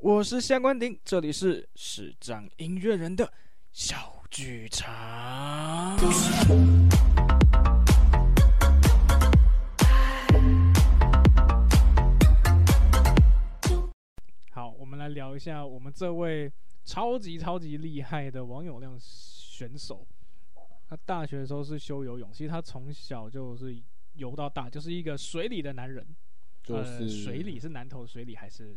我是夏关鼎，这里是视障音乐人的小剧场。好，我们来聊一下我们这位超级超级厉害的王永亮选手。他大学的时候是修游泳，其实他从小就是游到大，就是一个水里的男人。就呃、是水里是南投水里还是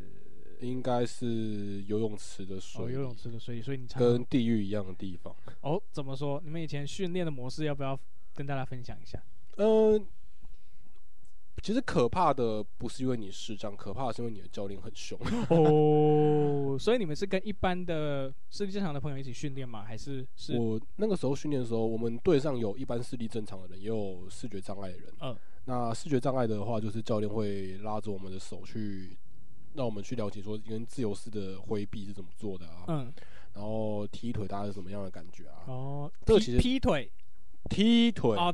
应该是游泳池的水哦里，游泳池的水里？所以你常跟地狱一样的地方。哦怎么说？你们以前训练的模式要不要跟大家分享一 下？嗯，其实可怕的不是因为你视障，可怕的是因为你的教练很凶。哦，所以你们是跟一般的视力正常的朋友一起训练吗？还是是我那个时候训练的时候，我们队上有一般视力正常的人，也有视觉障碍的人。嗯那视觉障碍的话，就是教练会拉着我们的手去，让我们去了解说跟自由式的挥臂是怎么做的啊，嗯然后踢腿大概是什么样的感觉啊，哦这个劈其实劈腿踢腿。哦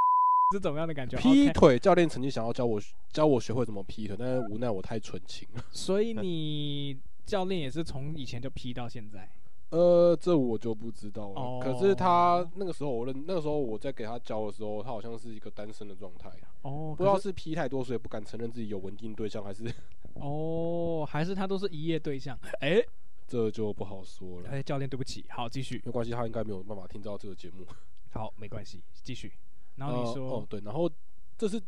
是怎么样的感觉？劈 OK 腿，教练曾经想要教我教我学会怎么劈腿，但是无奈我太纯情了。 所以你教练也是从以前就劈到现在呃，这我就不知道了。哦可是他那个时候我认，那个时候我在给他教的时候，他好像是一个单身的状态，啊哦，不可知道是是劈太多，所以不敢承认自己有稳定对象，还是 哦，还是他都是一夜对象？哎这就不好说了。哎，教练对不起，好继续。没关系，他应该没有办法听到这个节目。好，没关系，继续。然后你呃说，哦，对，然后这是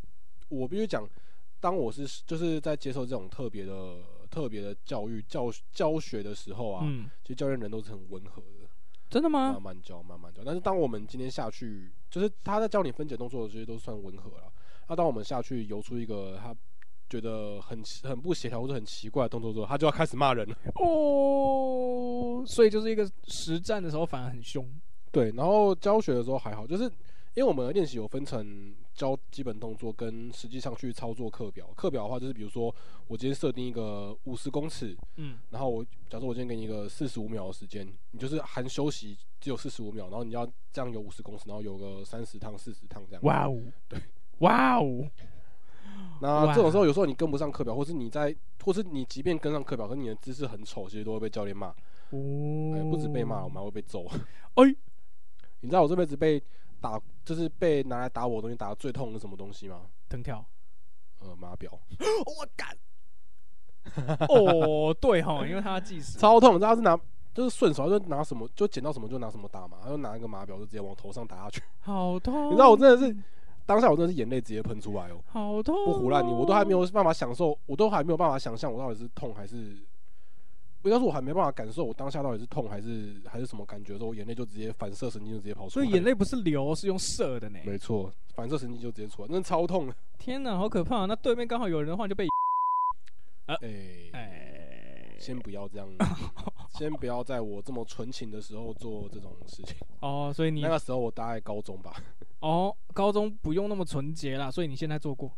我必须讲，当我是就是在接受这种特别的、特别的教育教教学的时候啊，嗯，其实教练人都是很温和的。真的吗慢？慢教，慢慢教。但是当我们今天下去，就是他在教你分解动作，其实都算温和了。那当我们下去游出一个他觉得很很不协调或者很奇怪的动作之后，他就要开始骂人了。哦，所以就是一个实战的时候反而很凶。 对，然后教学的时候还好，就是因为我们的练习有分成教基本动作跟实际上去操作课表。课表的话，就是比如说我今天设定一个五十公尺，嗯，然后我假设我今天给你一个四十五秒的时间，你就是含休息只有四十五秒，然后你要这样游五十公尺，然后游个三十趟、四十趟这样。哇哦，对，哇哦，那这哇种时候，有时候你跟不上课表，或是你在，或是你即便跟上课表，可是你的姿势很丑，其实都会被教练骂。哦哎，不止被骂，我们还会被揍。哎，你知道我这辈子被打，就是被拿来打我的东西打的最痛的是什么东西吗？藤条，呃，码表，我敢。哦，对哈，因为他要计时。超痛。你知道他是拿，就是顺手，他就拿什么就捡到什么就拿什么打嘛，他就拿一个码表就直接往头上打下去。好痛！你知道我真的嗯是，当下我真的是眼泪直接喷出来哦，好痛、不胡乱你，我都还没有办法享受，我都还没有办法想象我到底是痛还是，我要是我还没办法感受我当下到底是痛还是还是什么感觉的时候，我眼泪就直接反射神经就直接跑出所来，以眼泪不是流，是用射的呢。没错，反射神经就直接出来，真的超痛的。天哪，好可怕、哦那对面刚好有人的话，就被哎、哎，先不要 这样，先不要在我这么纯情的时候做这种事情。哦，所以你那个时候我大概高中吧，哦，高中不用那么纯洁啦，所以你现在做过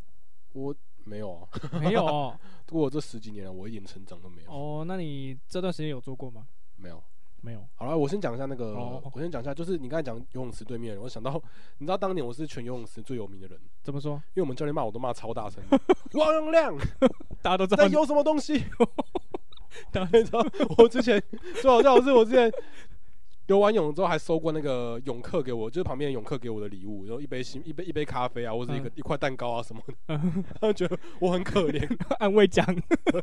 我没有啊，没有 哦？过了这十几年了，我一点成长都没有，哦，那你这段时间有做过吗？没有。没有。好了，我先讲一下那个，哦我先讲一下，就是你刚才讲游泳池对面的人，我想到，你知道当年我是全游泳池最有名的人，怎么说？因为我们教练骂我都骂超大声的，王永亮 大家都知在道游什么东西？当你知道我之前最好笑的是我之前游完泳之后还收过那个泳客给我，就是旁边泳客给我的礼物，然后一杯新一杯一杯咖啡啊，或者一个、嗯一块蛋糕啊什么的， 他就觉得我很可怜。 安慰奖。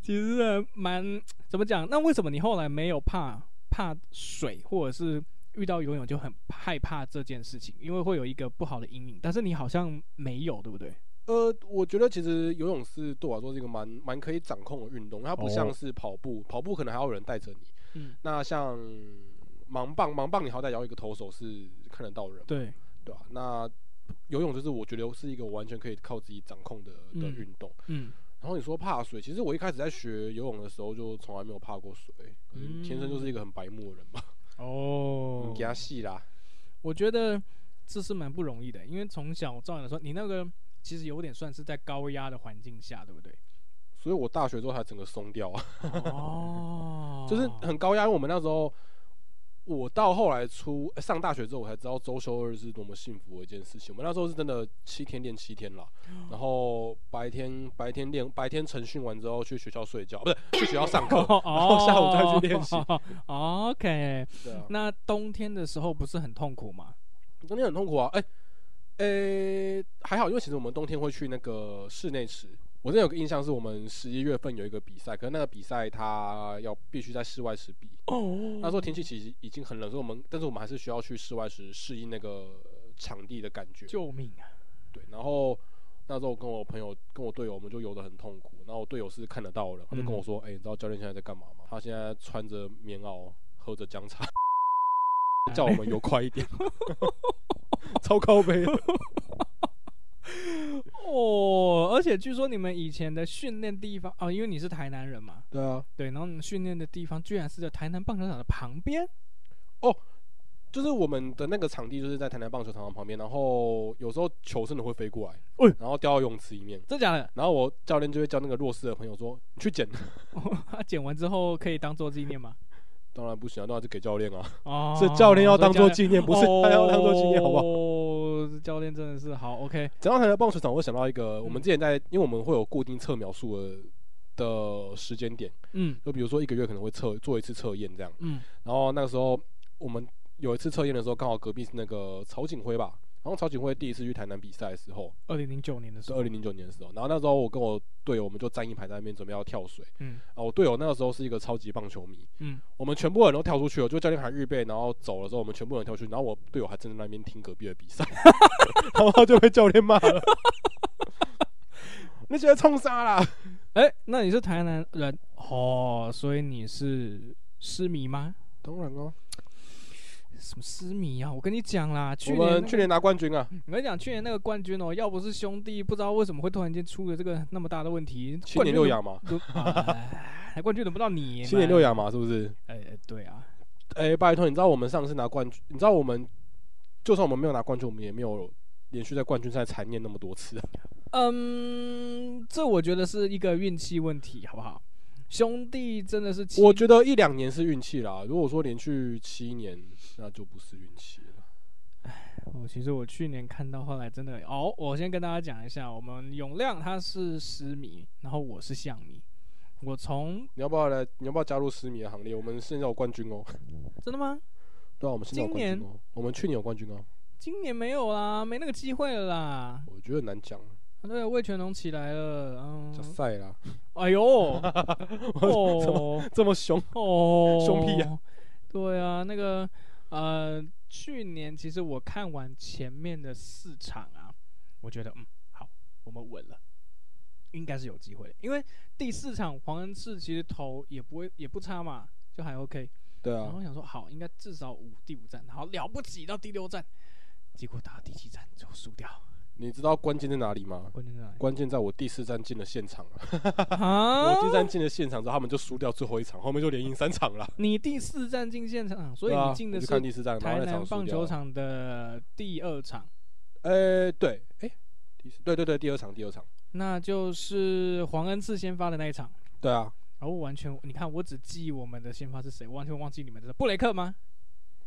其实呃蛮怎么讲？那为什么你后来没有怕怕水，或者是遇到游泳就很害怕这件事情？因为会有一个不好的阴影，但是你好像没有，对不对？呃，我觉得其实游泳是对我来说是一个蛮蛮可以掌控的运动，它不像哦是跑步，跑步可能还要有人带着你。嗯，那像盲棒，盲棒你好歹要有一个投手是看得到人嘛，对，对吧、那游泳就是我觉得是一个完全可以靠自己掌控的的嗯运动。嗯，然后你说怕水，其实我一开始在学游泳的时候就从来没有怕过水，可能天生就是一个很白目的人吧，嗯哦很给他戏啦。我觉得这是蛮不容易的，因为从小照理来说，你那个其实有点算是在高压的环境下，对不对？所以我大学之后才整个松掉啊，哦就是很高压。因为我们那时候我到后来出呃上大学之后，我才知道周休二日是多么幸福的一件事情。我们那时候是真的七天练七天啦，然后白天白天练，白天晨训完之后去学校睡觉，不是去学校上 课，然后下午再去练习 OK，对啊，那冬天的时候不是很痛苦吗？冬天很痛苦啊，哎、呃、还好，因为其实我们冬天会去那个室内池。我真的有个印象，是我们十一月份有一个比赛，可是那个比赛它要必须在室外池比。哦那时候天气其实已经很冷，所以我们但是我们还是需要去室外时适应那个呃场地的感觉。救命啊！对，然后那时候我跟我朋友跟我队友，我们就游得很痛苦。然后我队友是看得到的，他就跟我说：“哎、你知道教练现在在干嘛吗？他现在穿着棉袄，喝着姜茶，叫我们游快一点，超高杯的。哦，而且据说你们以前的训练地方哦，因为你是台南人嘛，”对啊，对，然后你们训练的地方居然是在台南棒球场的旁边。就是我们的那个场地就是在台南棒球场旁边，然后有时候球真的会飞过来，哎然后掉到泳池里面。真假的？然后我教练就会叫那个弱势的朋友说：“你去捡。”啊剪完之后可以当做纪念吗？当然不行啊，那就给教练啊。 哦，是教练要当所做以纪念，不是教练他要当做纪念，好不好？哦，教练真的是好，OK，讲到台南棒球场，我想到一个，我们之前在，因为我们会有固定测描述的的时间点，嗯就比如说一个月可能会测做一次测验这样。嗯，然后那个时候我们有一次测验的时候，刚好隔壁是那个曹景辉吧，然后曹景辉第一次去台南比赛的时候二零零九年的时是候二，零零九年的时候，然后那时候我跟我队友我们就站一排在那边准备要跳水嗯啊，我队友那个时候是一个超级棒球迷，嗯，我们全部人都跳出去了，就教练喊预备，然后走了之后，我们全部人跳出去，然后我队友还站在那边听隔壁的比赛， 然后他就被教练骂了。 你觉得冲杀啦？哎、那你是台南人哦，所以你是狮迷吗？当然啊哦，什么狮迷啊？我跟你讲啦，去我年、嗯那们个去年拿冠军啊，我跟你讲，去年那个冠军哦，要不是兄弟，不知道为什么会突然间出了这个那么大的问题。七年冠六军亚嘛，轮，哎冠军轮不到你。七年六，亚嘛，是不是？哎、哎对啊，哎、拜托，你知道我们上次拿冠军，你知道我们就算我们没有拿冠军，我们也没有连续在冠军赛缠念那么多次。啊嗯，这我觉得是一个运气问题，好不好？兄弟真的是七，我觉得一两年是运气啦，如果说连续七年，那就不是运气了。我哦其实我去年看到后来真的哦，我先跟大家讲一下，我们永亮他是狮迷，然后我是象迷，我从你要不要来？你要不要加入十米的行列？我们现在有冠军哦。真的吗？对啊，我们现在有冠军哦。我们去年有冠军哦，今年没有啦，没那个机会了啦。我觉得很难讲，对，魏全龙起来了，加嗯，赛 啦，哎呦，哦这么凶，哦，凶屁啊！对啊，那个呃，去年其实我看完前面的四场啊，我觉得嗯，好，我们稳了，应该是有机会的，因为第四场黄恩赐其实投也不会也不差嘛，就还 OK，对然啊后，想说好，应该至少五第五站，好了不起到第六站，结果打到第七站就输掉，你知道关键在哪里吗？关键在哪里？关键在我第四站进了现场啊！啊我第四站进了现场之后，他们就输掉最后一场，后面就连赢三场了。你第四站进现场，所以对啊你进的我就是看第四站，然台后那南场棒输球掉。啊场的第二场，呃，对，哎，第四对对对，第二场，第二场，那就是黄恩赐先发的那一场。对啊，而我完全，你看，我只记我们的先发是谁，完全忘记你们的布雷克吗？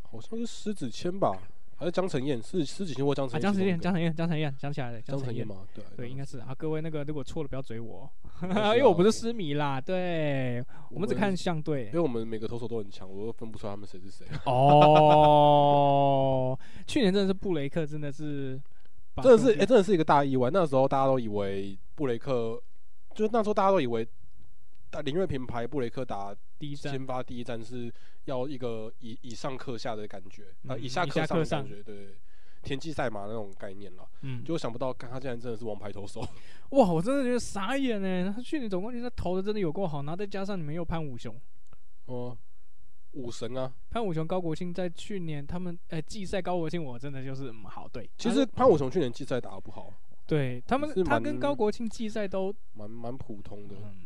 好像是狮子谦吧，还是江晨燕？是狮子谦或江啊，晨？江晨晨燕，江晨燕，江晨燕，想起来了，江晨晨燕燕，吗？对对，应该是啊。各位那个如果错了不要追我，哦 没事因啊为我不是狮迷啦。对，我我们只看相对因。为我们每个投手都很强，我都分不出来他们谁是谁。哦， 去年真的是布雷克，真的是把真兄的弟，是，哎、真的是一个大意外。那时候大家都以为布雷克，就是那时候大家都以为打林瑞平排布雷克打第一站先发第一站是要一个以以上克下的感觉，啊，嗯以下以克下上克的上感觉，对对对，田忌赛马那种概念了。嗯，就想不到，看他竟然真的是王牌投手，哇，我真的觉得傻眼呢！他去年总冠军他投的真的有够好，然后再加上你们又潘武雄，哦，武神啊！潘武雄、高国庆在去年他们呃季赛，高国庆我真的就是嗯好对，其他实是潘武雄去年季赛打得不好，对他也是们他跟蛮高国庆季赛都蛮蛮普通的。嗯，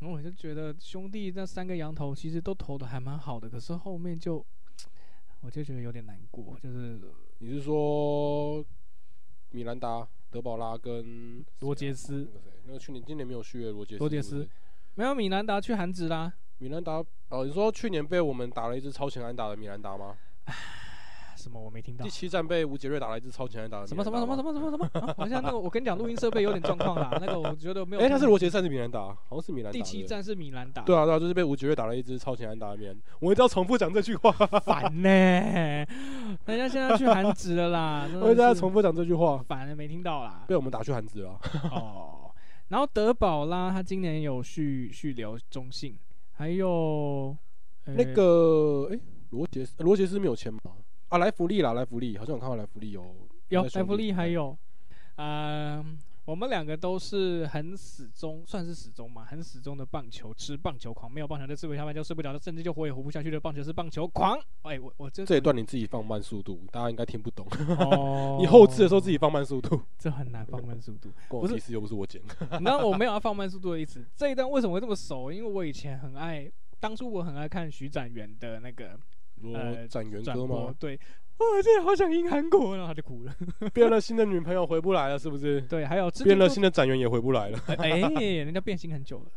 然后我就觉得兄弟那三个羊头其实都投的还蛮好的，可是后面就我就觉得有点难过，就是你是说米兰达、德保拉跟罗杰斯？斯那个谁，那个去年今年没有续约罗杰斯，罗杰斯没有米兰达去韩职啦，米兰达哦，你说去年被我们打了一支超前安打的米兰达吗？啊什么我没听到第？七战被吴杰瑞打了一支超前安打的什啊米么兰达什么什么什么什么？么什么？ 啊好像那个我跟你讲，录音设备有点状况啦。那个我觉得没有。哎、他是罗杰战是米兰达，好像是米兰达。第七对不对站是米兰打，对啊，对啊，就是被吴杰瑞打了一支超前安打的面，我一定要重复讲这句 话，烦呢、 人家现在去韩职了啦，真的 我一定要嗯是重复讲这 句话，烦了没听到啦。被我们打去韩啊子了。哦，然后德保拉他今年有续续留中信，还有、呃那个，哎、罗杰斯，罗杰斯没有签吗？啊，莱弗利啦，莱弗利，好像我看到莱弗利有有在兄莱弗弟利，还队有，呃，我们两个都是很死忠，算是死忠嘛，很死忠的棒球吃棒球狂，没有棒球就吃不下饭，就睡不着，甚至就活也活不下去的棒球是棒球狂。哎，我我这这一段你自己放慢速度，大家应该听不懂。哦 你后置的时候自己放慢速度，这很难放慢速度。不关我是屁事，又不是我剪。你知道我没有要放慢速度的意思。这一段为什么会这么熟？因为我以前很爱，当初我很爱看徐展元的那个罗呃展元转哥播吗，？对，哇，真的好想赢韩国，然后他就哭了。变了新的女朋友回不来了，是不是？ 对，还有吃进变了肚新的展元也回不来了。 哎、人家变心很久了。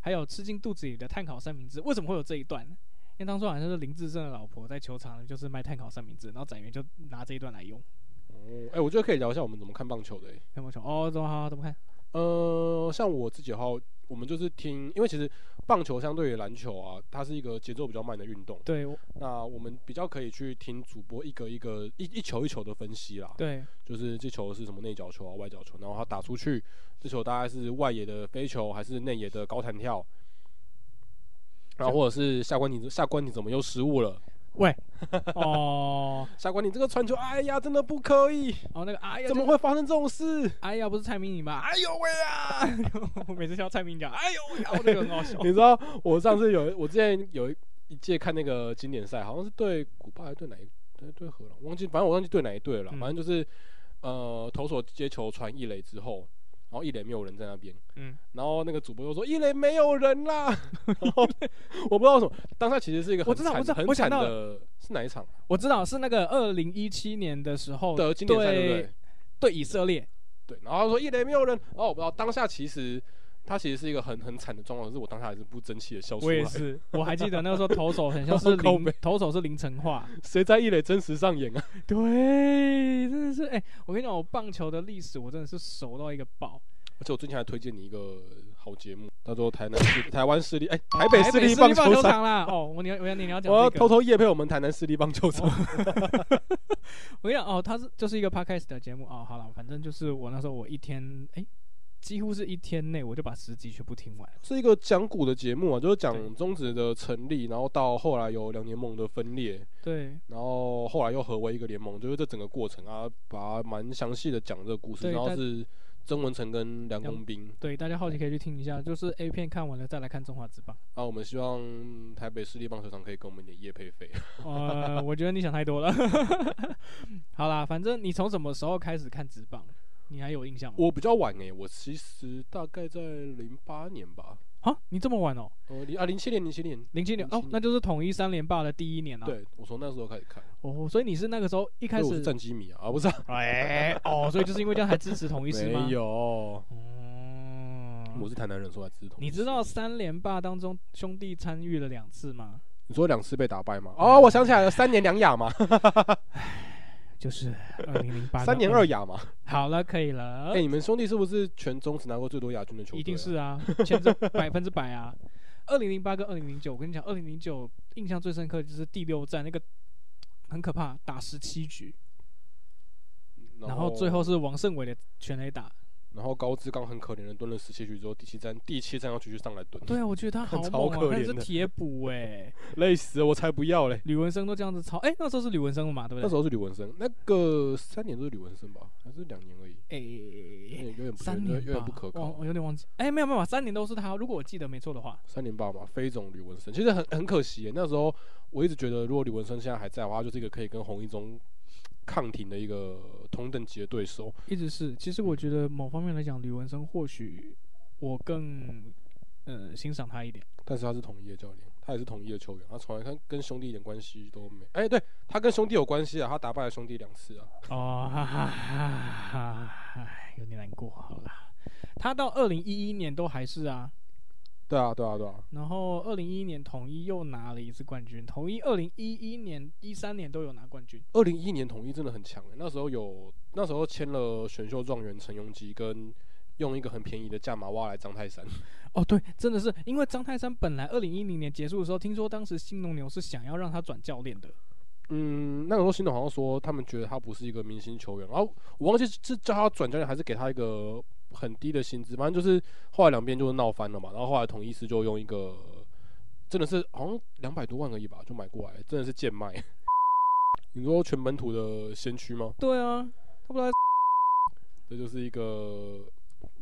还有吃进肚子里的碳烤三明治，为什么会有这一段呢？因为当初好像是林志胜的老婆在球场就是卖碳烤三明治，然后展元就拿这一段来用。哦，哎，我觉得可以聊一下我们怎么看棒球的。哎有没有球？哦，怎么好怎么看？呃，像我自己的话，我们就是听，因为其实棒球相对于篮球啊，它是一个节奏比较慢的运动。对我那我们比较可以去听主播一个一个一一球一球的分析啦。对就是这球是什么内角球啊、外角球，然后他打出去，这球大概是外野的飞球还是内野的高弹跳，然后或者是下关你下关你怎么又失误了？哦下关你这个传球，哎呀，真的不可以，哦那个哎呀，怎就么会发生这种事？哎呀不是蔡明你吧？哎呦喂啊！我每次听到蔡明讲哎呦喂，我那个很好笑。你知道我上次有我之前有一一届看那个经典赛，好像是对古巴还是对哪一对对荷兰，忘记，反正我忘记对哪一队了啦，嗯反正就是呃投手接球传一垒之后，然后一垒没有人在那边。 嗯，然后那个主播就说：“一垒没有 人啦。”然后我不知道为什么，当下其实是一个我很知道惨我知道很我惨想到的，是哪一场？我知道是那个二零一七年的时候的经典赛对不对？哦对以色列，对，然后他说一垒没有人，然后我不知道当下其实他其实是一个很很惨的状况，可是我当下还是不争气的笑出我也来。是，我还记得那个时候投手 很像是靠林北，投手是林晨化。谁在一垒真实上演啊？对，真的是哎、我跟你讲，我棒球的历史我真的是熟到一个爆。而且我最近还推荐你一个好节目，叫做台南市 台湾市立哎、台哦北市立棒球球场。啦！哦，我你要我要你要讲我要这偷个，哦偷夜配我们台南市立棒球场。我跟你讲哦，它是就是一个 podcast 的节目哦。好了，反正就是我那时候我一天哎、几乎是一天内我就把十集全部听完了。 是一个讲古的节目啊，就是对讲中职的成立，然后到后来有两联盟的分裂，对然后后来又合为一个联盟，就是这整个过程啊，把它蛮详细的讲这个故事。对然后但是曾文成跟梁梁公斌对，大家好奇可以去听一下，就是 A 片看完了再来看中华职棒。啊，我们希望台北市立棒球场可以给我们一点业配费。 呃， 我觉得你想太多了。好啦，反正你从什么时候开始看职棒？你还有印象吗？我比较晚诶、我其实大概在零八年吧，啊，你这么晚哦、呃零啊零七年零七年，零七年哦07，那就是统一三连霸的第一年啊。，对我从那时候开始看，哦，所以你是那个时候一因开为我是始，战机迷啊，啊不是、啊，哎，哦，所以就是因为这样才支持统一师吗没？有，我哦，是台南人，说来自同。你知道三连霸当中兄弟参与了两次吗？你说两次被打败吗？哦，我想起来了，三年两亚嘛，就是二零零八三年二。亚嘛。好了，可以了哎、，你们兄弟是不是全中职拿过最多亚军的球嗯队、一定。是啊，千之百分之百啊。二零零八跟二零零九，我跟你讲，二零零九印象最深刻就是第六战那个很可怕，打十七局，哦然后最后，是王胜伟的全垒打，然后高志刚很可怜的蹲了十七局之后，第七站第七站要继续上来蹲，对啊，我觉得他好超猛啊，可那怜是的铁补哎、累死了，我才不要嘞。吕文生都这样子抄，哎、那时候是吕文生了嘛，对不那对时？候是吕文生，那个三年都是吕文生吧，还是两年而已，哎、有点有点不三有年点有点吧不可忘靠我。有点忘记。哎、没有没有，三年都是他，如果我记得没错的话。三年八嘛，飞总吕文生，其实很很可惜耶。那时候我一直觉得，如果吕文生现在还在的话，他就是一个可以跟洪一中抗挺的一个同等级的对手。一直是，其实我觉得某方面来讲，吕文生或许我更呃欣赏他一点。但是他是统一的教练，他也是统一的球员，他从来跟跟兄弟一点关系都没。哎、对他跟兄弟有关系啊，他打败了兄弟两次啊。哦，哈哈哈哈，有点难过，好啦。他到二零一一年都还是啊，对啊，对啊，对啊，然后二零一一年统一又拿了一次冠军，统一二零一一年、一三年都有拿冠军。二零一一年统一真的很强、欸，那时候有那时候签了选秀状元陈永基，跟用一个很便宜的价码挖来张泰山，哦，对，真的是因为张泰山本来二零一零年结束的时候，听说当时新农牛是想要让他转教练的，嗯，那个时候新董好像说他们觉得他不是一个明星球员，然后我忘记是是叫他转教练还是给他一个很低的薪资，反正就是后来两边就是闹翻了嘛，然后后来统一师就用一个真的是好像两百多万而已吧，就买过来，真的是贱卖。 你说全本土的先驱吗？对啊，他不来，这就是一个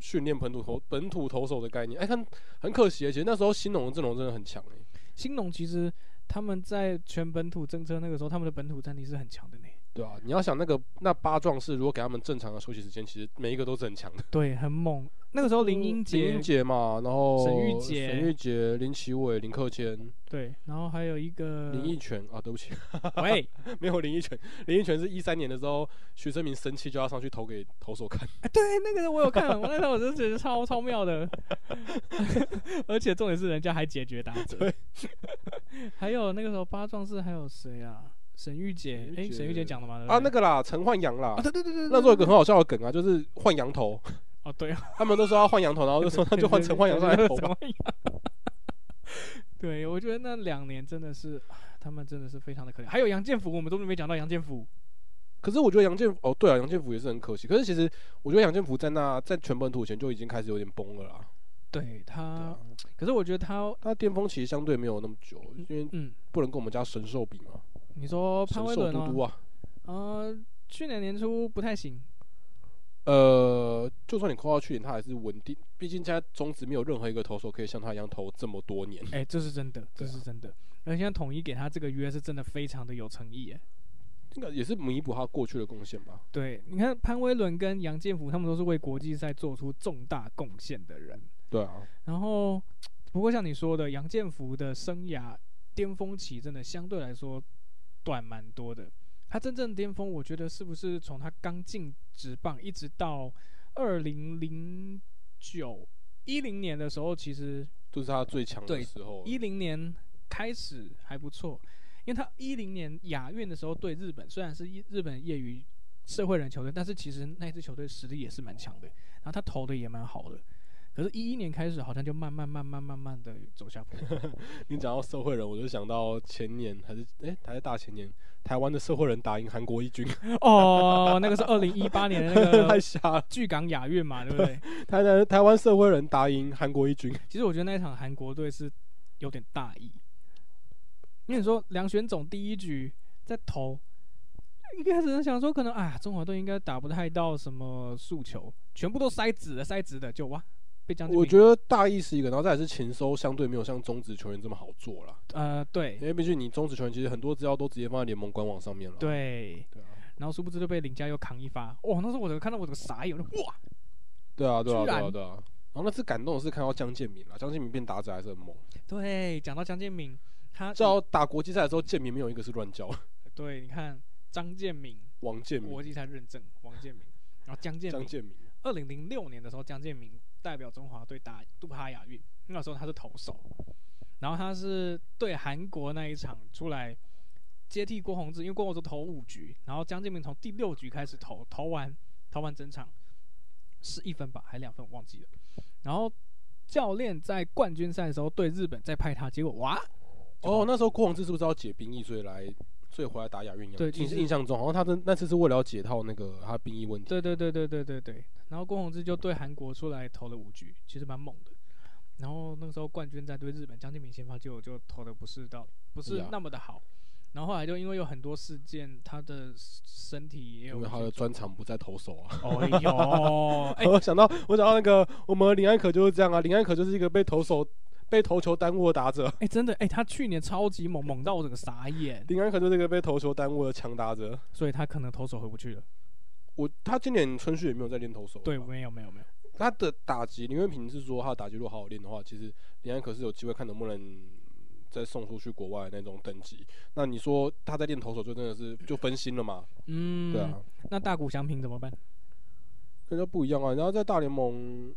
训练本土投本土投手的概念。哎、看很可惜耶，其实那时候新农的阵容真的很强哎、新农其实他们在全本土政策那个时候，他们的本土战力是很强的呢，对啊，你要想那个那八壮士，如果给他们正常的休息时间，其实每一个都是很强的。对，很猛。那个时候林英哦林杰英，杰嘛，然后沈玉洁沈玉洁、林奇伟、林克谦、对，然后还有一个林奕泉啊，对不起，喂，没有林奕泉，林奕泉是一三年的时候，徐生明生气就要上去投给投手看，哎，对，那个我有看，我那时候我就觉得超超妙的， 而且重点是人家还解决打者。还有那个时候八壮士还有谁啊？沈玉姐沈玉，哎，洁沈玉姐讲的嘛？对不啊，对那个啦，陈焕阳啦啊，，对对对对，那时候有个很好笑的梗啊，就是换羊头，哦对啊，他们都说要换羊头，然 后就说那就换陈焕阳上来投陈吧。焕阳 对，我觉得那两年真的是，他们真的是非常的可怜。还有杨建福，我们都没讲到杨建福。可是我觉得杨建哦，对啊，杨建福也是很可惜，可是其实我觉得杨建福在那在全本土前就已经开始有点崩了啦，对对他啊，，可是我觉得他，他巅峰其实相对没有那么久，因为嗯，不能跟我们家神兽比嘛，你说潘神威兽伦嘟嘟吗？啊。呃，去年年初不太行，呃，就算你扣到去年，他还是稳定，毕竟现在中职没有任何一个投手可以像他一样投这么多年。哎、这是真的，这对啊是真的。而现在统一给他这个约是真的非常的有诚意，哎，应该也是弥补他过去的贡献吧。对，你看潘威伦跟杨建福他们都是为国际赛做出重大贡献的人。对啊，然后，不过像你说的，杨建福的生涯巅峰期真的相对来说短蛮多的。他真正巅峰，我觉得是不是从他刚进职棒一直到二零零九一零年的时候，其实这、是他最强的对时候了。一零年开始还不错，因为他一零年亚运的时候对日本，虽然是一日本业余社会人球队，但是其实那支球队实力也是蛮强的，然后他投的也蛮好的。可是，一一年开始好像就慢慢、慢慢、慢慢的走下坡路。你讲到社会人，我就想到前年还是哎、还是大前年，台湾的社会人打赢韩国一军，哦，那个是二零一八年的那 太个瞎了。巨港亚运嘛，对不对？台南台湾社会人打赢韩国一军，其实我觉得那一场韩国队是有点大意，因为你说梁选总第一局在投，一开始想说可能啊中华队应该打不太到什么诉求，全部都塞直的塞直的，就哇被江我俊觉明得大意是一个，然后再来是勤收相对没有像中职球员这么好做啦，呃因对为毕竟你中职球员其实很多资料都直接放在联盟官网上面了。对，对啊，然后殊不知就被林家又扛一发，哇那时候我整个看到我整个傻眼，我就哇对啊，对啊，居对啊，然对啊。然后那次感动的是看到江建民啦，江建民变打者还是很猛。对，讲到江建明他至少打国际赛的时候，建民没有一个是乱叫，对你看张建明 王建民国、际赛认证王建明，然后江建江明建民，二零零六年的时候，江建明代表中华队打杜哈亚运，那时候他是投手，然后他是对韩国那一场出来接替郭宏志，因为郭宏志投五局，然后江建明从第六局开始投，投完投完整场是一分吧，还两分我忘记了。然后教练在冠军赛的时候对日本再派他，结果哇，哦，那时候郭宏志是不是要解兵役，所以来，所以回来打亚运？对你就是是印象中，好像他真那次是为了要解套那个他兵役问题。对对对对对对对。然后郭宏志就对韩国出来投了五局，其实蛮猛的。然后那个时候冠军在对日本，江建明先发就就投的不是到不是是啊那么的好。然后后来就因为有很多事件，他的身体也有因为他的专长不在投手啊，哦 有哎、我想到我想到那个我们林安可就是这样啊，林安可就是一个被投手被投球耽误的打者， 哎真的哎、他去年超级猛，猛到我整个傻眼，林安可就是一个被投球耽误的强打者。所以他可能投手回不去了。我他今年春训也没有在练投手，对，没有没有没有，他的打击，林月平是说他的打击如果好好练的话，其实林安可是有机会看能不能再送出去国外那种等级。那你说他在练投手就真的是就分心了嘛？嗯，对啊，那大谷翔平怎么办？那就不一样啊。然后在大联盟，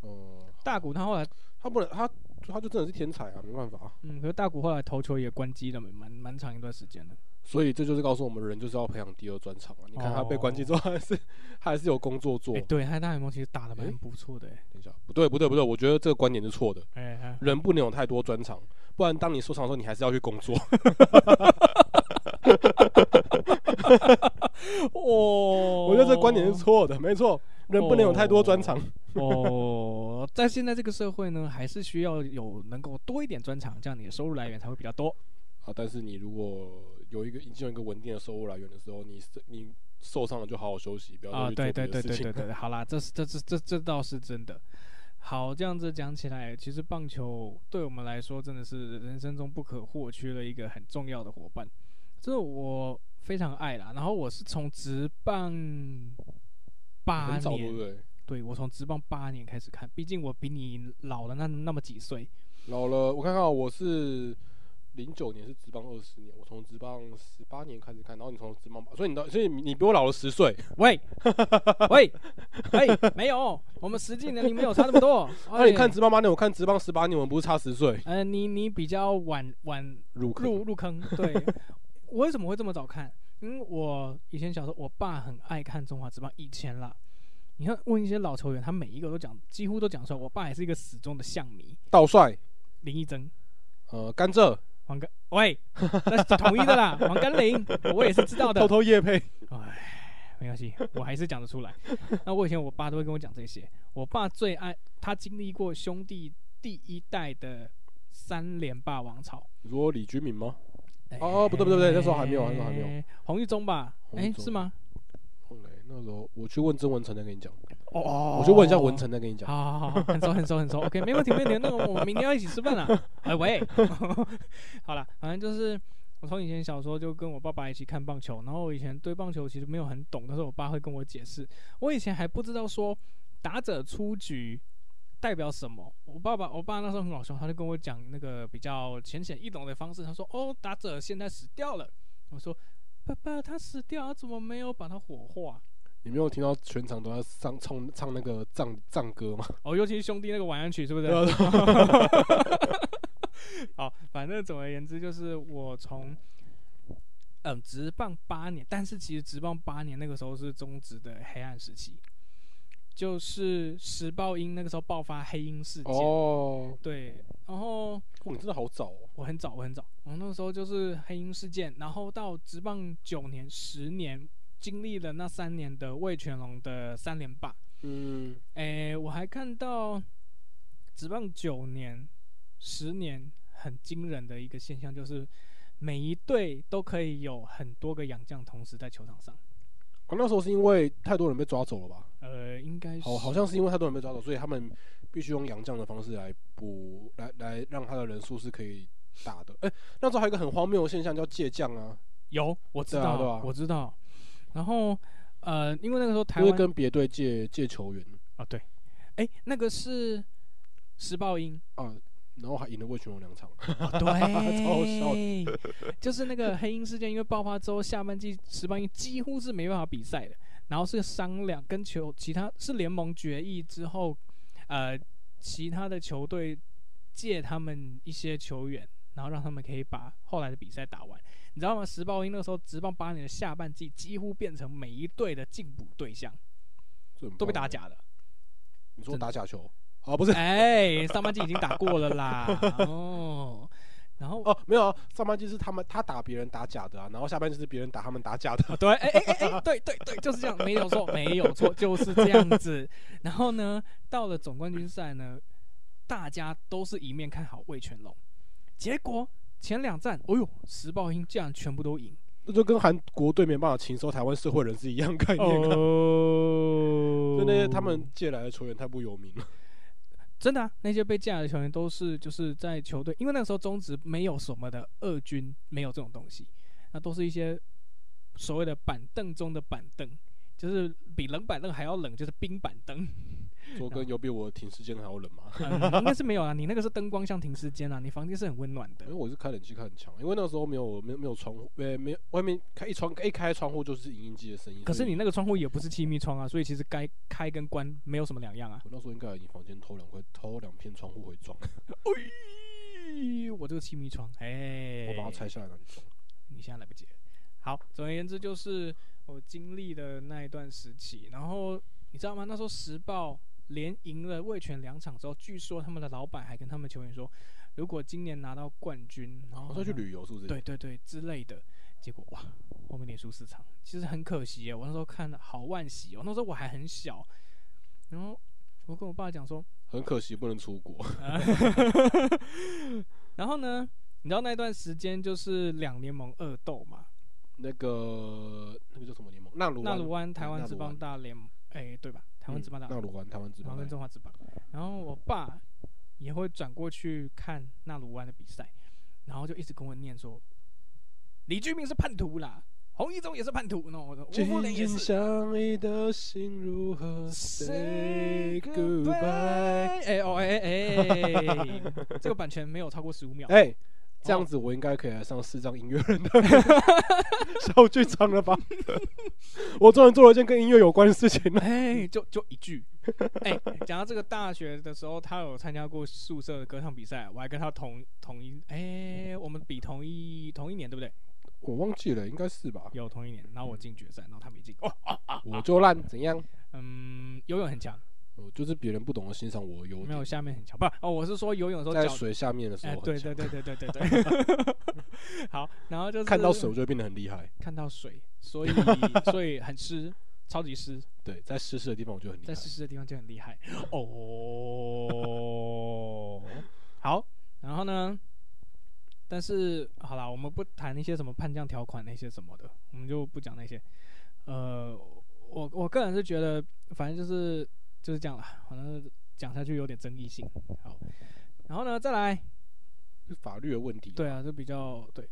呃，大谷他后来他他不能他他就真的是天才啊，没办法啊。嗯，可是大谷后来投球也关机了，蛮蛮长一段时间的。所以这就是告诉我们，人就是要培养第二专长啊。你看他被关机之后，还是、他还是有工作做。哎、对，他大联盟其实打的诶蛮不错的、欸，等一下，不对不对不对，我觉得这个观点是错的。哎、哎人不能有太多专长，不然当你受伤的时候，你还是要去工作。哦，我觉得这观点是错的，没错，人不能有太多专长。哦，在现在这个社会呢，还是需要有能够多一点专长，这样你的收入来源才会比较多。啊，但是你如果有一个已经有一个稳定的收入来源的时候，你是你受伤了就好好休息，不要啊，再对去做别对对的事对情。对对，好啦，这是这这这这倒是真的。好，这样子讲起来，其实棒球对我们来说真的是人生中不可或缺的一个很重要的伙伴，这我非常爱啦。然后我是从职棒八很早对不年，对？对我从职棒八年开始看，毕竟我比你老了那那么几岁。老了，我看看啊，我是零九年是职棒二十年，我从职棒十八年开始看，然后你从职棒八，所以你到，所以你你比我老了十岁。喂 喂喂，没有，我们实际年龄没有差那么多。 那、你看哎，职棒八年，我看职棒十八年，我们不是差十岁？呃，你你比较晚晚入坑入入坑。对， 我为什么会这么早看？因为我以前小时候，我爸很爱看《中华职棒》，以前啦。你看，问一些老球员，他每一个都讲，几乎都讲出来。我爸也是一个死忠的象迷，道帅，林义珍、呃，甘蔗，黄甘，喂， 那是统一的啦，黄甘霖，我也是知道的偷。偷夜配。哎，没 关系，我还是讲得出来。那我以前我爸都会跟我讲这些。我爸最爱他经历过兄弟第一代的三连霸王朝。你说李居民吗？哎哦不对不对不对那时候还没有那时候还没有哎。红玉忠吧？红哎玉，忠是吗？后来那时候我去问曾文成，再跟你讲。哦我就问一下文。成，再跟你讲。好好好好，很熟很熟很熟。OK，没问题没问题。那我我们明天要一起吃饭啊。哎喂， 好了，反正就是我从以前小时候就跟我爸爸一起看棒球，然后我以前对棒球其实没有很懂，但是我爸会跟我解释。我以前还不知道说打者出局代表什么。我爸爸我爸那时候很搞笑，他就跟我讲那个比较浅显易懂的方式，他说：“哦，打者现在死掉了。”我说。爸爸，他死掉，他怎么没有把他火化？你没有听到全场都在唱唱唱那个藏藏歌吗？哦，尤其是兄弟那个晚安曲，是不是？对啊，好，反正总而言之，就是我从嗯职棒八年，但是其实职棒八年那个时候是中职的黑暗时期，就是石爆鹰那个时候爆发黑鹰事件。哦，对，然后哇，你真的好早哦。我很早，我很早，我那个时候就是黑鹰事件，然后到职棒九年、十年，经历了那三年的魏全龙的三连霸。嗯，诶、我还看到职棒九年、十年很惊人的一个现象，就是每一队都可以有很多个洋将同时在球场上。我哦那时候是因为太多人被抓走了吧？呃，应该是好，好像是因为太多人被抓走，所以他们必须用洋将的方式来补，来来让他的人数是可以打的。哎、那时候还有一个很荒谬的现象叫借将啊，有，我知对啊道，对啊我知道。然后呃，因为那个时候台就会湾跟别队借借球员啊，对，诶、那个是石爆鹰，啊，然后还赢了魏群龙两场。 哦对，就是那个黑鹰事件，因为爆发之后，下半季石斑鹰几乎是没办法比赛的。然后是商量跟球其他是联盟决议之后，呃，其他的球队借他们一些球员，然后让他们可以把后来的比赛打完。你知道吗？石豹鹰那时候直棒八年的下半季几乎变成每一队的进补对象，这很都被棒打啊，假的。你说真的打假球啊？不是哎，上半季已经打过了啦。哦，然后哦，没有、啊，上半季是他们他打别人打假的啊，然后下半季是别人打他们打假的。啊，对，哎哎哎哎，对对对，就是这样，没有错，没有错，就是这样子。然后呢，到了总冠军赛呢，大家都是一面看好魏全龙，结果前两战，哦呦，石爆鹰竟然全部都赢，那就跟韩国队没办法勤收台湾社会人是一样概念啊。哦就那些他们借来的球员太不有名了，真的、啊、那些被架来的球员都是就是在球队，因为那个时候中职没有什么的二军，没有这种东西，那都是一些所谓的板凳中的板凳，就是比冷板凳还要冷，就是冰板凳。说跟有比我停尸间还要冷吗？呃你应该是没有啊，你那个是灯光像停尸间啊，你房间是很温暖的因为。我是开冷气开很强，因为那时候没有没有没有窗户，呃，没有外面开一窗一开窗户就是影音机的声音。可是所以你那个窗户也不是气密窗啊，所以其实该开跟关没有什么两样啊。我那时候应该你房间偷两块偷两片窗户回 装，咦我这个气密窗，哎，我把它拆下来拿去装。你现在来不及了。好，总而言之就是我经历的那一段时期，然后你知道吗？那时候时报连赢了味全两场之后，据说他们的老板还跟他们球员说，如果今年拿到冠军，然后我说哦去好像旅游是不是？哦对对对之类的。结果哇，后面连输四场，其实很可惜耶。我那时候看的好惋惜哦，那时候我还很小，然后我跟我爸讲说，很可惜不能出国。然后呢，你知道那段时间就是两联盟恶斗嘛，那个那个叫什么联盟？纳鲁纳鲁湾，湾台对湾纳职鲁棒湾大联盟，哎、对吧？台湾职棒大嗯纳鲁湾，台湾之然后邦跟。中华职棒。然后我爸也会转过去看纳鲁湾的比赛，然后就一直跟我念说，李居明是叛徒啦，洪一中也是叛徒，那我说吴福紧林也紧是。相依的心如何 say goodbye？哎哦哎哎哎，这个版权没有超过十五秒。哎、这样子我应该可以来上四张音乐 人的 小剧场了吧？ 我终于做了一件跟音乐有关的事情了。哎，就就一句。哎、讲到这个大学的时候，他有参加过宿舍的歌唱比赛，我还跟他同同一哎、我们比同一同一年对不对？我忘记了，应该是吧？有同一年，然后我进决赛，然后他没进。哦，我就烂，怎样？嗯，游泳很强，我就是别人不懂得欣赏我的优没有点，下面很强，不哦，我是说游泳的时候在脚。水下面的时哎、候很对强对，对对对对对，好，然后就是看到水我就会变得很厉害。看到水，所以所以很湿，超级湿，对，在湿湿的地方我就很厉害在。湿湿的地方就很厉害哦。好，然后呢？但是好啦，我们不谈那些什么叛将条款那些什么的，我们就不讲那些。呃，我我个人是觉得，反正就是就是这样啦，反正讲下去有点争议性。好，然后呢，再来，是法律的问题。对啊，就比较对。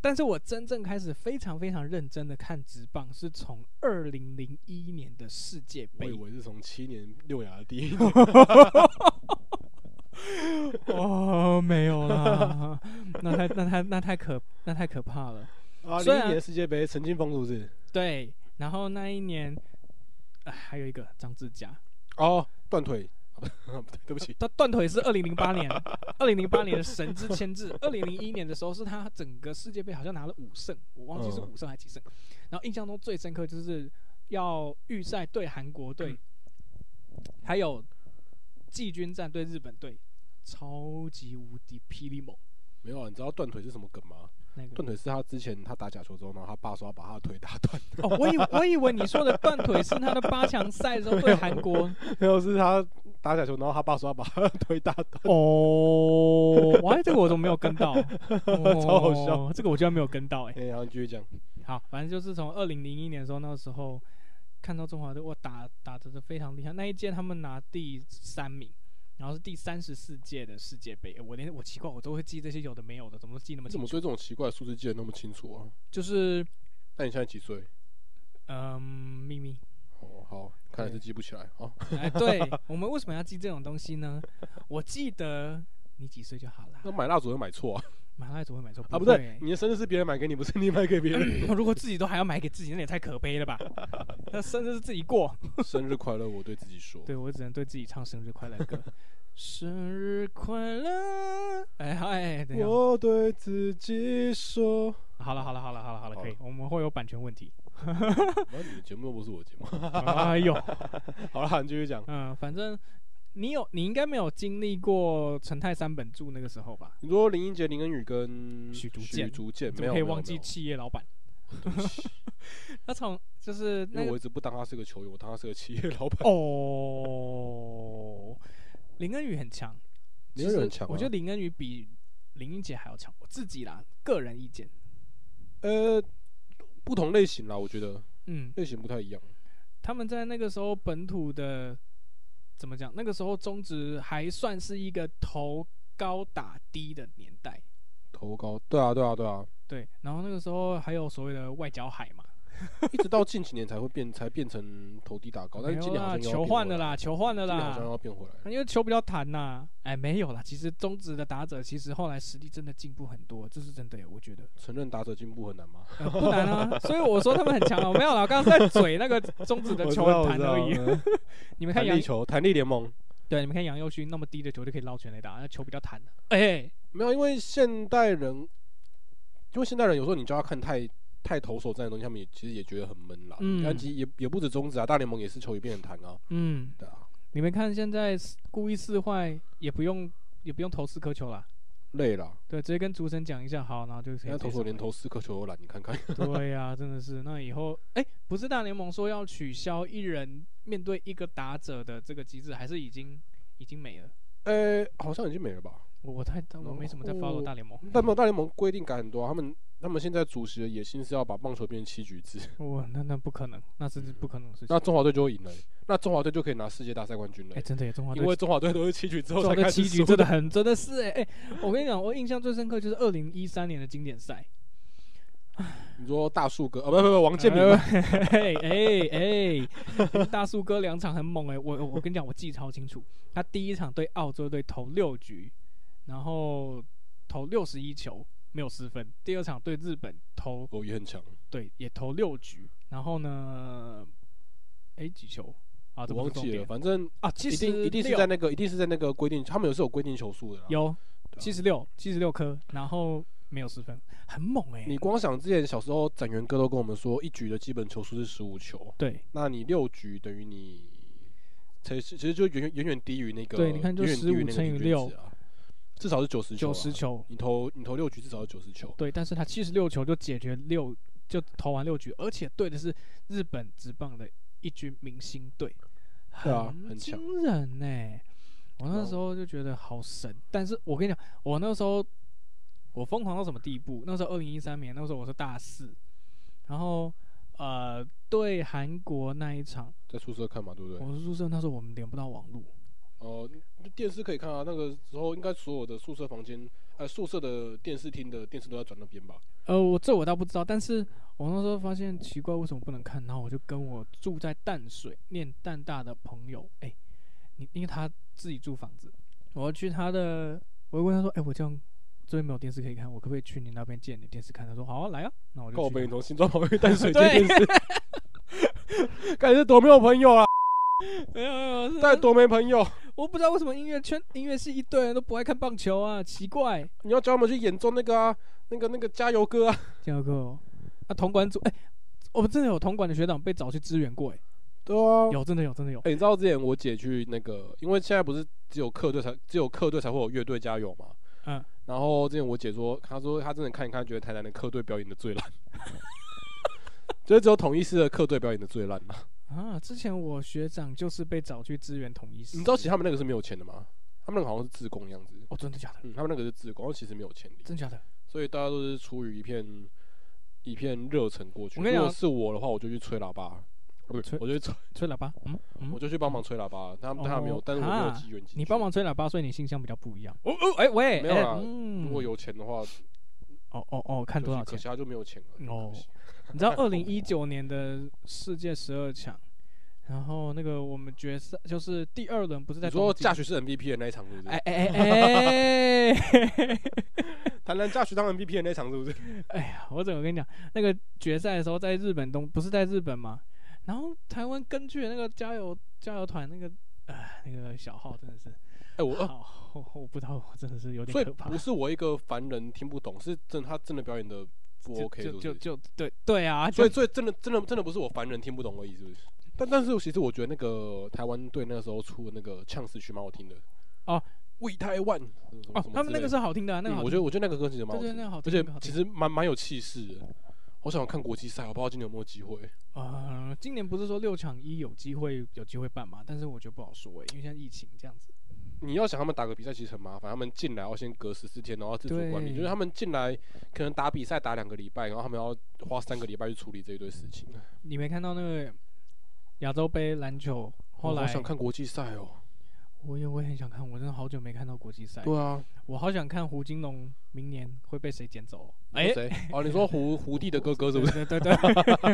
但是我真正开始非常非常认真的看直棒，是从二零零一年的世界我杯以。为是从七年六亚的第一 年，哦，没有啦， 那太那太那太可那太可怕了。啊，虽零一然年世界杯陈金峰是不是？对，然后那一年，啊、还有一个张志佳，哦，断腿，啊 不对，对不起，他断腿是二零零八年，二零零八年的神之签字，二零零一年的时候是他整个世界杯好像拿了五胜，我忘记是嗯五胜还是几胜。然后印象中最深刻就是要预赛对韩国队，还有季军战对日本队，超级无敌霹雳猛没有啊，你知道断腿是什么梗吗？那个断。腿是他之前他打假球之后，然后他爸说要把他的腿打 断， 哦，我以我以为你说的断腿是他的八强赛的时候对韩国然后是他打假球，然后他爸说要把他的腿打断。哦， 哇，这个我都没有跟到， 超好笑哦，这个我居然没有跟到哎、 哎、然后继续讲，好，反正就是从二零零一年的时候，那时候看到中华队，哇，打打得非常厉害。那一届他们拿第三名，然后是第三十四届的世界杯。诶我连我奇怪，我都会记这些有的没有的，怎么记那么你怎清么楚？对这种奇怪的数字记得那么清楚啊？就是那你现在几岁？嗯，秘密。哦，好，看来是记不起来哦。哎， 对我们为什么要记这种东西呢？我记得你几岁就好啦那。买蜡烛会买错 啊？马拉总会买错啊，不会对，你嗯的生日是别人买给你，不是你买给别人。欸如果自己都还要买给自己，那也太可悲了吧？那生日是自己过。 生日快乐，我对自己说。对我只能对自己唱生日快乐歌，生日快乐。哎好哎，等一下，我对自己 说。好了好了好了好了好了，好可以了，我们会有版权问题。那你的节目又不是我节目。 哎呦，好了，你继续讲。嗯，反正你有你应该没有经历过成泰三本柱那个时候吧？你说林英杰、林恩宇跟许竹许健竹健，怎么没有可以没有忘没记有企业老板？ 对不起他从就是因那为个我一直不当他是个球员，我当他是个企业老板。哦，林恩宇很强，其林恩宇实很强我觉啊得林恩宇比林英杰还要强，我自己啦，个人意见。呃，不同类型啦，我觉得嗯，类型不太一样。他们在那个时候本土的怎么讲？那个时候中职还算是一个投高打低的年代，头高，对啊，对啊，对啊，对。然后那个时候还有所谓的外角海嘛，一直到近几年才会变，才变成投地打高，哦但是今没有年好啦，像又要球变换回了来啦，，球换了今年好像啦，要变回来了。因为球比较弹呐。哎，没有啦，其实中职的打者其实后来实力真的进步很多，这是真的耶，我觉得。承认打者进步很难吗？呃不难啊，所以我说他们很强啊。我没有啦，我刚刚在嘴那个中指的球很弹而已。已。你 们看弹杨力，球，弹力联盟对，你们看杨佑勋那么低的球就可以捞全垒打，那球比较弹的。哎，没有，因为现代人，因为现代人有时候你就要看太太投手战的东西，他们也其实也觉得很闷啦。嗯但其实也也不止中职啊，大联盟也是球也变很弹啊。嗯，对啊，你们看现在故意四坏也不用也不用投四颗球啦。累了，对，直接跟主审讲一下，好，然后就可以现在投手直接连上来投四颗球都懒，你看看。对呀、真的是。那以后，哎、不是大联盟说要取消一人面对一个打者的这个机制，还是已经已经没了？呃、好像已经没了吧？我我太我没什么在然 follow 后大联盟，但没有大联盟规定改很多、啊，他们他们现在主席的野心是要把棒球变成七 局制，我那那不可能，那是不可能的事情。那中华队就会赢了，那中华队就可以拿世界大赛冠军了哎、。真的耶，中华队因为中华队都是七局之后中华才队开始七局输真的很真的是哎、哎、我跟你讲，我印象最深刻就是二零一三年的经典赛，你说大树哥啊，不不不，王建民呃吗，嘿哎哎，哎大树哥两场很猛哎、我我跟你讲，我记超清楚，他第一场对澳洲队投六局，然后投六十一球没有失分，第二场对日本投哦也很强，对也投六局，然后呢，哎、几球啊？这不我忘是重记了，点反正啊，七一十定一定是在那个一定是在那个规定，他们有是有规定球数的啦。有对啊七十六七十六颗，然后没有失分，很猛哎、你光想之前小时候展元哥都跟我们说，一局的基本球数是十五球，对那你六局等于你，才其实就远远远低于那个，对你看就远远低于15那个乘以平均6值啊，至少是九十球，啊九十，球，你投你投六局至少是九十球，对，但是他七十六球就解决六，就投完六局，而且对的是日本职棒的一军明星队，对啊很强惊人呢、我那嗯时候就觉得好神，但是我跟你讲，我那时候我疯狂到什么地步？那时候二零一三年，那时候我是大四，然后呃对韩国那一场，在宿舍看嘛，对不对？我是宿舍那时候我们连不到网络，哦，电视可以看啊，那个时候应该所有的宿舍房间，呃，宿舍的电视厅的电视都在转那边吧？呃，我这我倒不知道，但是我那时候发现奇怪，为什么不能看？然后我就跟我住在淡水念淡大的朋友，哎、你因为他自己住房子，我要去他的，我就问他说，哎、我这样这边没有电视可以看，我可不可以去你那边借你电视看？他说好啊，来啊，那我就靠去北，他你从新庄跑去淡 水街对电视，感觉多没有朋友啊， 没有没有，是但多没朋友。我不知道为什么音乐圈音乐系一堆人都不爱看棒球啊，奇怪。你要叫他们去演奏那个啊，那个那个加油歌啊。第二个，啊，铜管组，哎、我们真的有铜管的学长被找去支援过、哎，对啊，有真的有真的有，哎、你知道之前我姐去那个，因为现在不是只有客队才只有客队才会有乐队加油嘛。嗯。然后之前我姐说，她说她真的看一看，觉得台南的客队表演的最烂， 就是只有统一师的客队表演的最烂嘛。啊，之前我学长就是被找去支援统一师，你知道其实他们那个是没有钱的吗？他们那个好像是自工的样子，哦，真的假的？嗯，他们那个是自工，其实没有钱的，真假的？所以大家都是出于一片一片热忱过去。我跟你如果讲是我的话，我就去吹喇叭，不吹是，我就去吹，吹喇叭？嗯嗯，我就去帮忙吹喇叭。但他们他没有哦，但是我没有啊机缘进去。你帮忙吹喇叭，所以你性向比较不一样。哦哦，哎喂，没有哎啦嗯如果有钱的话，哦哦哦，看可多惜少可钱？惜他就没有钱了。哦可惜你知道二零一九年的世界十二强，然后那个我们决赛就是第二轮不是在你说东京嫁娶是 MVP 的那一场是不哎是？哎哎 哎！ 谈谈嫁娶当 MVP 的那一场是不是？哎呀，我怎么跟你讲？那个决赛的时候在日本东，不是在日本吗？然后台湾根据那个加油加油团那个，呃，那个小号真的是，哎，我呃好，我我不知道，我真的是有 所点以可怕不。是我一个凡人听不懂，是真的他真的表演的不就 OK，是就不？就是就对对啊，所就以所以真的真的真的不是我凡人听不懂而已，是不是？但但是其实我觉得那个台湾队那时候出的那个呛死曲蛮好听的哦， We 台湾哦，他们那个是好听的啊，那个好嗯听我觉得我觉得那个歌其实蛮对对，好听那的，个好而听，那且个好其听。实蛮蛮有气势的。我想看国际赛，我不知道今年有没有机会。呃，今年不是说六场一有机会有机会办嘛？但是我觉得不好说诶、因为现在疫情这样子。你要想他们打个比赛其实很麻烦，他们进来要先隔十四天，然后自主管理，对就是他们进来可能打比赛打两个礼拜，然后他们要花三个礼拜去处理这一堆事情。你没看到那个亚洲杯篮球后我好来想看国际赛哦，我也我也很想看，我真的好久没看到国际赛，对啊，我好想看胡金龙明年会被谁捡走哦。哎、谁？哦，你说胡胡弟的哥哥是不是？对对对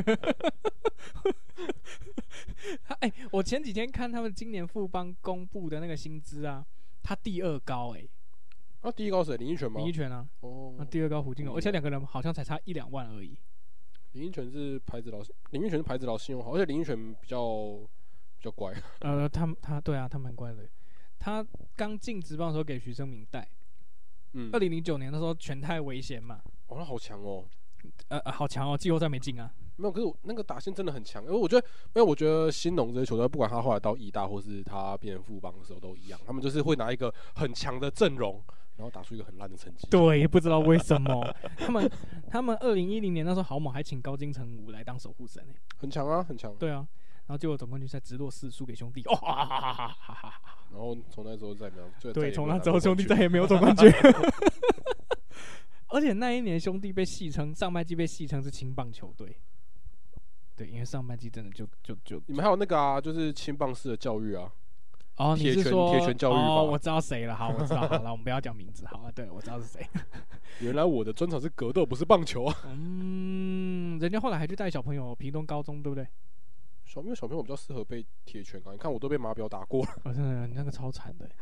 对。 他哎、我前几天看他们今年富邦公布的那个薪资啊，他第二高哎、啊，第一高谁？林依泉吗林？依泉啊，哦那，第二高胡金龙，嗯而且两个人好像才差一两万而已。林依泉是牌子老，林依泉是牌子老信用好，而且林依泉比较比较乖。呃，他们他对啊，他蛮乖的。他刚进职棒的时候给徐生明带，嗯二，零零九年的时候全泰危险嘛，哦，他好强哦。呃，呃好强哦，季后赛没进啊。没有，可是我那个打线真的很强，因为我觉得没有，我觉得新农这些球队，不管他后来到义大或是他变成富邦的时候都一样，他们就是会拿一个很强的阵容，然后打出一个很烂的成 绩。对，不知道为什么 他们他们二零一零年那时候好猛，还请高金城武来当守护神呢、很强啊，很强。对啊，然后结果总冠军赛直落四输给兄弟，哦哈哈哈哈哈哈哈！然后从那时候再也没有，就再也没对，有从拿那过之后冠兄弟军再也没有总冠 军。 而且那一年兄弟被戏称上半季被戏称是青棒球队，对，因为上半季真的就就就你们还有那个啊，就是青棒式的教育啊，哦，你铁是拳说铁拳教育哦，法我知道谁了，好，我知道，好了，我们不要讲名字，好了，对我知道是 谁。原来我的专长是格斗，不是棒球啊。嗯，人家后来还去带小朋友屏东高中，对不对？小因为小朋友比较适合被铁拳啊，你看我都被马表打过了。哦 我、真的那个超惨的欸。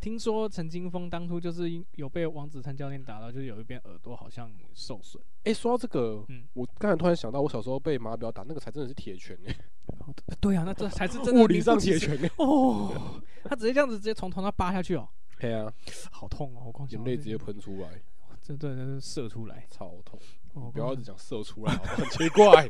听说陈金峰当初就是因有被王子灿教练打到，就是有一边耳朵好像受损。哎、说到这个，嗯我刚才突然想到，我小时候被马表打，那个才真的是铁拳哎、哦对对啊，那这才是真的物理名副上其铁实拳 哎、哦。他直接这样子直接从头上扒下去哦，对啊，好痛哦！我光眼想泪到直这接喷出来，这对对对射出来，超痛。哦我不要一光直想 讲射出来，好不好很奇怪。